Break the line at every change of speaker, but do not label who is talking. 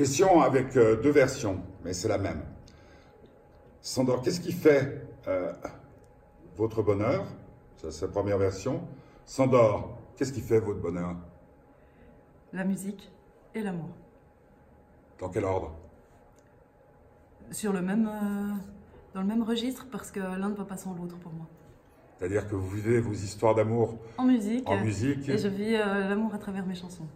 Question avec euh, deux versions, mais c'est la même. Sandor, qu'est-ce qui fait euh, votre bonheur Ça, c'est la première version. Sandor, qu'est-ce qui fait votre bonheur
La musique et l'amour.
Dans quel ordre
Sur le même, euh, dans le même registre, parce que l'un ne va pas sans l'autre pour moi.
C'est-à-dire que vous vivez vos histoires d'amour
En musique.
en musique.
Et je vis euh, l'amour à travers mes chansons.